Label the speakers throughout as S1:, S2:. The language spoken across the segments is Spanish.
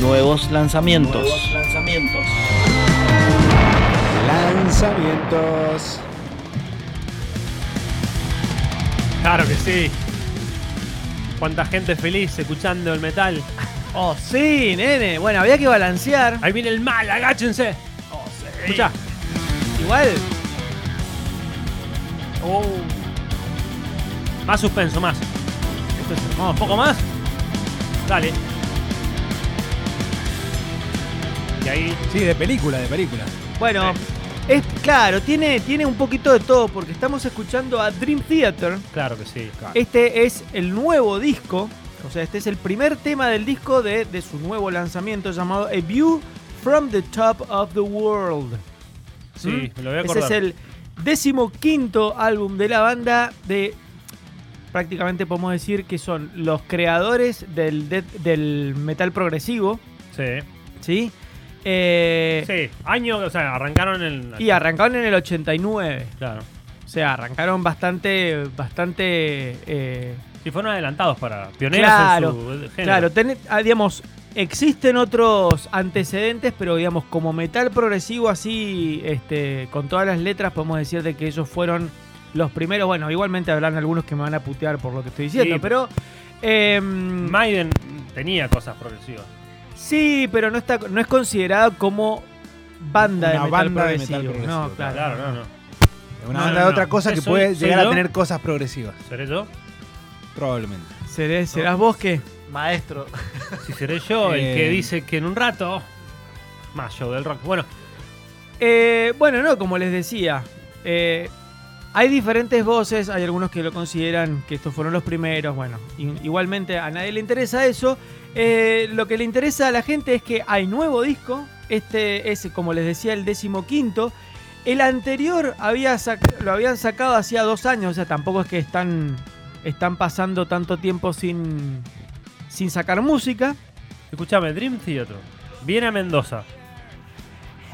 S1: Nuevos lanzamientos.
S2: Nuevos lanzamientos.
S3: Lanzamientos.
S4: Claro que sí. Cuánta gente feliz escuchando el metal.
S2: Oh, sí, nene. Bueno, había que balancear. Oh,
S4: Ahí viene el mal, agáchense. Escucha.
S2: Igual,
S4: Oh. Más suspenso, más. Esto es hermoso. ¿Un poco más? Dale. Y ahí.
S3: Sí, de película, de película.
S2: bueno, es claro, tiene, tiene un poquito de todo porque estamos escuchando a Dream Theater.
S4: Claro que sí. claro.
S2: Este es el nuevo disco, o sea, este es el primer tema del disco de, de su nuevo lanzamiento llamado A View from the Top of the World. ¿Mm?
S4: Sí, me lo voy a
S2: Ese
S4: acordar.
S2: es el decimoquinto álbum de la banda de... Prácticamente podemos decir que son los creadores del, death- del metal progresivo,
S4: Sí.
S2: ¿sí? Eh,
S4: Sí. Año, o sea, arrancaron el.
S2: Y arrancaron en el 89.
S4: Claro.
S2: O sea, arrancaron bastante, bastante... eh,
S4: Sí, fueron adelantados para pioneros
S2: Claro,
S4: en su género.
S2: Claro, ten- ah, digamos, existen otros antecedentes, pero digamos, como metal progresivo así, este, con todas las letras, podemos decir de que ellos fueron los primeros. Bueno, igualmente habrán algunos que me van a putear por lo que estoy diciendo,
S4: Sí.
S2: pero... em,
S4: Maiden tenía cosas progresivas.
S2: sí, pero no, está, no es considerado como banda, de
S3: Una
S2: metal,
S3: banda de metal
S2: progresivo. No,
S3: progresivo,
S2: claro.
S4: Claro, no, no.
S3: Una
S4: No,
S3: banda
S4: no,
S3: de otra
S4: no.
S3: cosa
S4: Eh,
S3: que
S4: soy-
S3: puede
S4: soy
S3: llegar
S4: yo.
S3: a tener cosas progresivas,
S4: ¿Seré yo?
S3: probablemente.
S2: ¿Seré- ¿Serás vos qué?
S5: Maestro.
S4: Si seré yo el
S3: Eh.
S4: que dice que en un rato. Más show del rock. Bueno,
S2: Eh, bueno, no, como les decía, eh, hay diferentes voces, hay algunos que lo consideran que estos fueron los primeros, bueno, i- igualmente a nadie le interesa eso. Eh, lo que le interesa a la gente es que hay nuevo disco, este es, como les decía, el decimoquinto. El anterior había sac- lo habían sacado hacía dos años, o sea, tampoco es que están, están pasando tanto tiempo sin, sin sacar música.
S4: escúchame, Dream Theater. Viene a Mendoza.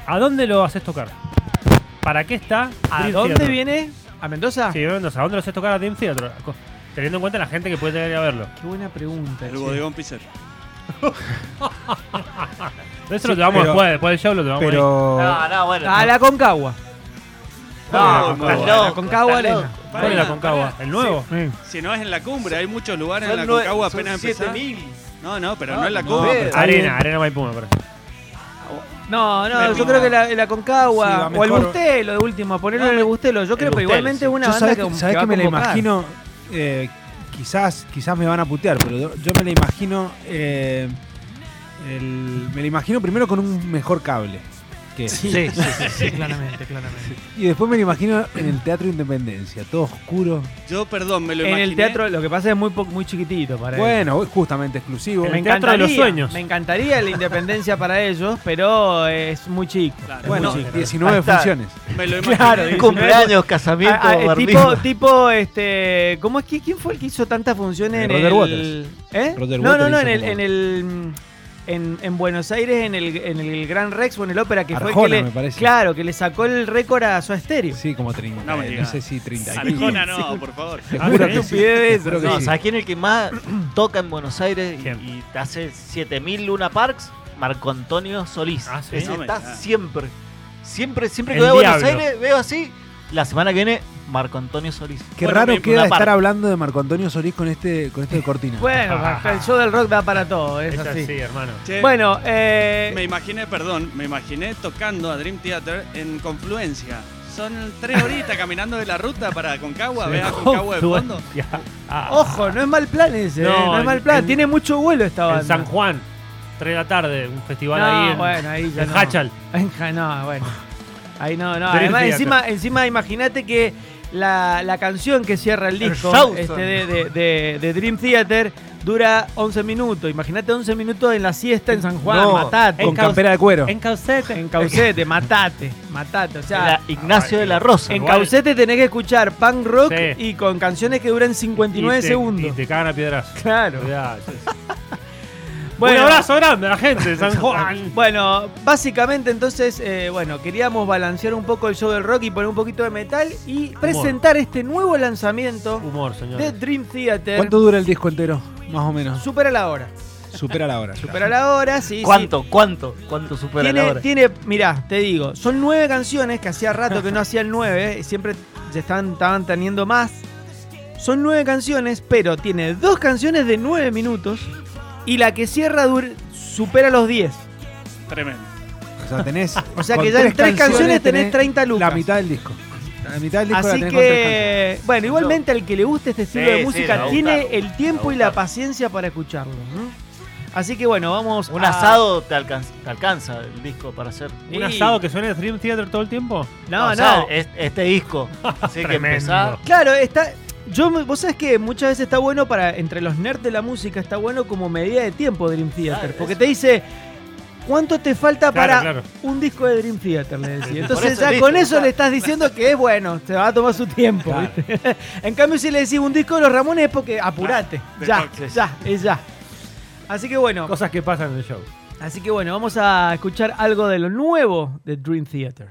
S4: ¿A dónde lo haces tocar? ¿Para qué está?
S2: ¿A
S4: Dream
S2: dónde
S4: Theater?
S2: viene? ¿A Mendoza?
S4: Sí, viene a Mendoza. ¿A dónde lo haces tocar a Dream Theater? Co- Teniendo en cuenta la gente que puede llegar a verlo.
S2: Qué buena pregunta.
S6: El
S2: che.
S6: bodegón Pizzer.
S4: Eso lo llevamos
S3: pero-
S4: después, después del show lo llevamos ahí.
S3: Pero
S5: No, no, bueno.
S2: A la Concagua.
S5: No,
S6: no,
S5: estás
S6: no,
S5: loco,
S2: Aconcagua
S5: estás
S2: Arena.
S5: loco.
S4: ¿Cuál es la Concagua? ¿El nuevo?
S6: Si no es en la cumbre, hay muchos lugares en la
S5: Son nue-
S6: Concagua
S5: son
S6: apenas empezar.
S5: 7000.
S6: No, no, pero no en la
S5: No,
S6: cumbre.
S5: pero-
S4: Arena, Arena Maipú, me parece.
S2: No, no,
S6: Me
S2: yo
S6: pinta.
S2: creo que la, la
S3: Sí,
S2: Concagua
S3: va
S2: o el
S3: mejor.
S2: Bustelo de último, ponerlo en el Bustelo. Yo creo que
S4: Bustelo,
S2: igualmente
S4: sí.
S2: una
S3: yo
S2: banda
S3: sabes
S2: que,
S3: que, sabés
S2: que va
S3: que me
S2: a
S3: la
S2: convocar.
S3: imagino, eh, quizás, quizás me van a putear, pero yo, yo me la imagino, eh, el- me la imagino primero con un mejor cable. Que
S2: Sí, sí, sí, sí, claramente, claramente.
S3: Y después me lo imagino en el Teatro Independencia, todo oscuro.
S6: Yo, perdón, me lo
S2: En
S6: imaginé.
S2: el teatro, lo que pasa es muy, po- muy chiquitito para ellos.
S3: Bueno, justamente exclusivo.
S4: El teatro de los sueños.
S2: Me encantaría la independencia para ellos, pero es muy chico.
S6: Claro,
S2: Es
S6: bueno,
S2: muy chico.
S3: 19
S5: Ahí está.
S3: funciones.
S6: Me lo imaginé.
S2: Claro,
S5: Un Cumpleaños, casamiento,
S2: Ah, ah, eh, tipo,
S5: barbijo.
S2: tipo, este, ¿cómo es que quién fue el que hizo tantas funciones en
S3: Eh, Roger
S2: el,
S3: Waters.
S2: ¿Eh?
S3: Roger
S2: no, no,
S3: Waters
S2: no,
S3: hizo
S2: en el,
S3: como-
S2: en el, mm, en, en Buenos Aires, en el, en el Gran Rex o en el Ópera que fue el
S3: Arjona,
S2: que le,
S3: me parece.
S2: claro, que le sacó el récord a su estéreo.
S3: Sí, como 30.
S6: No
S3: No,
S6: me digas.
S3: sé si 30.
S6: Arjona no, por favor.
S3: Te juro que Ah, sí, te juro que
S5: No,
S3: sí.
S5: ¿sabes quién es el que más toca en Buenos Aires y,
S4: ¿Quién?
S5: y te hace 7000 Luna Parks? Marco Antonio Solís.
S4: Ah, sí.
S5: Ese
S6: No me
S5: está
S6: digas.
S5: siempre. Siempre, siempre que
S4: El
S5: voy a Buenos
S4: diablo.
S5: Aires veo así. La semana que viene, Marco Antonio Solís.
S3: Qué
S5: Bueno,
S3: raro
S5: una
S3: queda estar
S5: parte.
S3: hablando de Marco Antonio Solís con este, con este de cortina.
S2: Bueno, el show del rock da para todo, es
S4: Es
S2: así.
S4: así, hermano.
S6: Che,
S2: Bueno, eh,
S6: me imaginé, perdón, me imaginé tocando a Dream Theater en Confluencia. Son tres horitas caminando de la ruta para Concagua, vea Concagua de fondo.
S4: Ya. Ah.
S2: ojo, no es mal plan ese, eh, no,
S4: No,
S2: es mal
S4: en-
S2: plan,
S4: en-
S2: tiene mucho vuelo esta banda.
S4: En San Juan, 3 de la tarde, un festival
S2: No,
S4: ahí en,
S2: bueno, ahí ya
S4: en
S2: no.
S4: Hachal.
S2: En Ja- No, bueno. Ahí no, no.
S4: Dream
S2: Además,
S4: Theater.
S2: encima, encima imagínate que la, la canción que cierra el
S5: El
S2: disco
S5: Shawson.
S2: este, de, de- de- de Dream Theater dura 11 minutos. Imagínate 11 minutos en la siesta en San Juan.
S5: No,
S2: matate.
S3: con
S2: En,
S4: cau-
S3: campera de cuero.
S4: Caucete.
S2: Caucete, matate. Matate. O sea,
S5: Era Ignacio de la Rosa.
S2: en
S4: igual.
S2: Caucete tenés que escuchar punk rock
S4: Sí.
S2: y con canciones que duran 59
S4: te,
S2: segundos.
S4: Y te cagan a piedras.
S2: Claro.
S4: Bueno,
S2: Bueno.
S4: un abrazo grande a la gente de San Juan.
S2: Bueno, básicamente entonces, eh, bueno, queríamos balancear un poco el show del rock y poner un poquito de metal y presentar este nuevo lanzamiento
S4: Humor, señor.
S2: de Dream Theater.
S3: ¿Cuánto dura el disco entero? Más o menos.
S2: Supera la hora.
S3: Supera la hora.
S2: Supera la hora, sí. sí.
S5: ¿Cuánto? ¿Cuánto? ¿Cuánto supera
S2: Tiene,
S5: la hora?
S2: tiene, mirá, te digo, son nueve canciones que hacía rato que no hacían nueve, eh, y siempre ya están, estaban teniendo más. Son nueve canciones, pero tiene dos canciones de nueve minutos y la que cierra dur- supera los diez.
S6: Tremendo.
S3: O sea, tenés.
S2: O sea
S3: con
S2: que ya en tres canciones tenés 30 lucas.
S3: La mitad del disco. La mitad del disco la
S2: Así
S3: tenés con tres canciones.
S2: que, bueno, igualmente al que le guste este estilo
S5: Sí,
S2: de
S5: sí,
S2: música
S5: le va a
S2: tiene
S5: gustar,
S2: el
S5: le
S2: tiempo
S5: va a
S2: y la
S5: gustar.
S2: paciencia para escucharlo. ¿no? Así que bueno, vamos
S5: Un
S2: a-
S5: asado te alcanza, te alcanza el disco para hacer.
S4: ¿Un
S2: Y-
S4: asado que suene Dream Theater todo el tiempo?
S2: No,
S5: O
S2: no.
S5: sea, es- este disco. Así que
S4: Tremendo.
S5: empezar.
S2: Claro, está. Yo, me- vos sabés que muchas veces está bueno para. Entre los nerds de la música está bueno como medida de tiempo Dream Theater.
S5: Claro,
S2: porque
S5: eso.
S2: te dice. ¿Cuánto te falta
S4: Claro,
S2: para
S4: claro.
S2: un disco de Dream Theater? Le decía.
S5: Por
S2: Entonces
S5: eso
S2: ya
S5: listo,
S2: con eso
S5: claro.
S2: le estás diciendo que es bueno, se va a tomar su tiempo. ¿viste? en cambio, si le decís un disco de los Ramones es porque apurate.
S6: de
S2: Ya,
S6: toque.
S2: ya, es ya. Así que bueno,
S4: Cosas que pasan en el show.
S2: así que bueno, vamos a escuchar algo de lo nuevo de Dream Theater.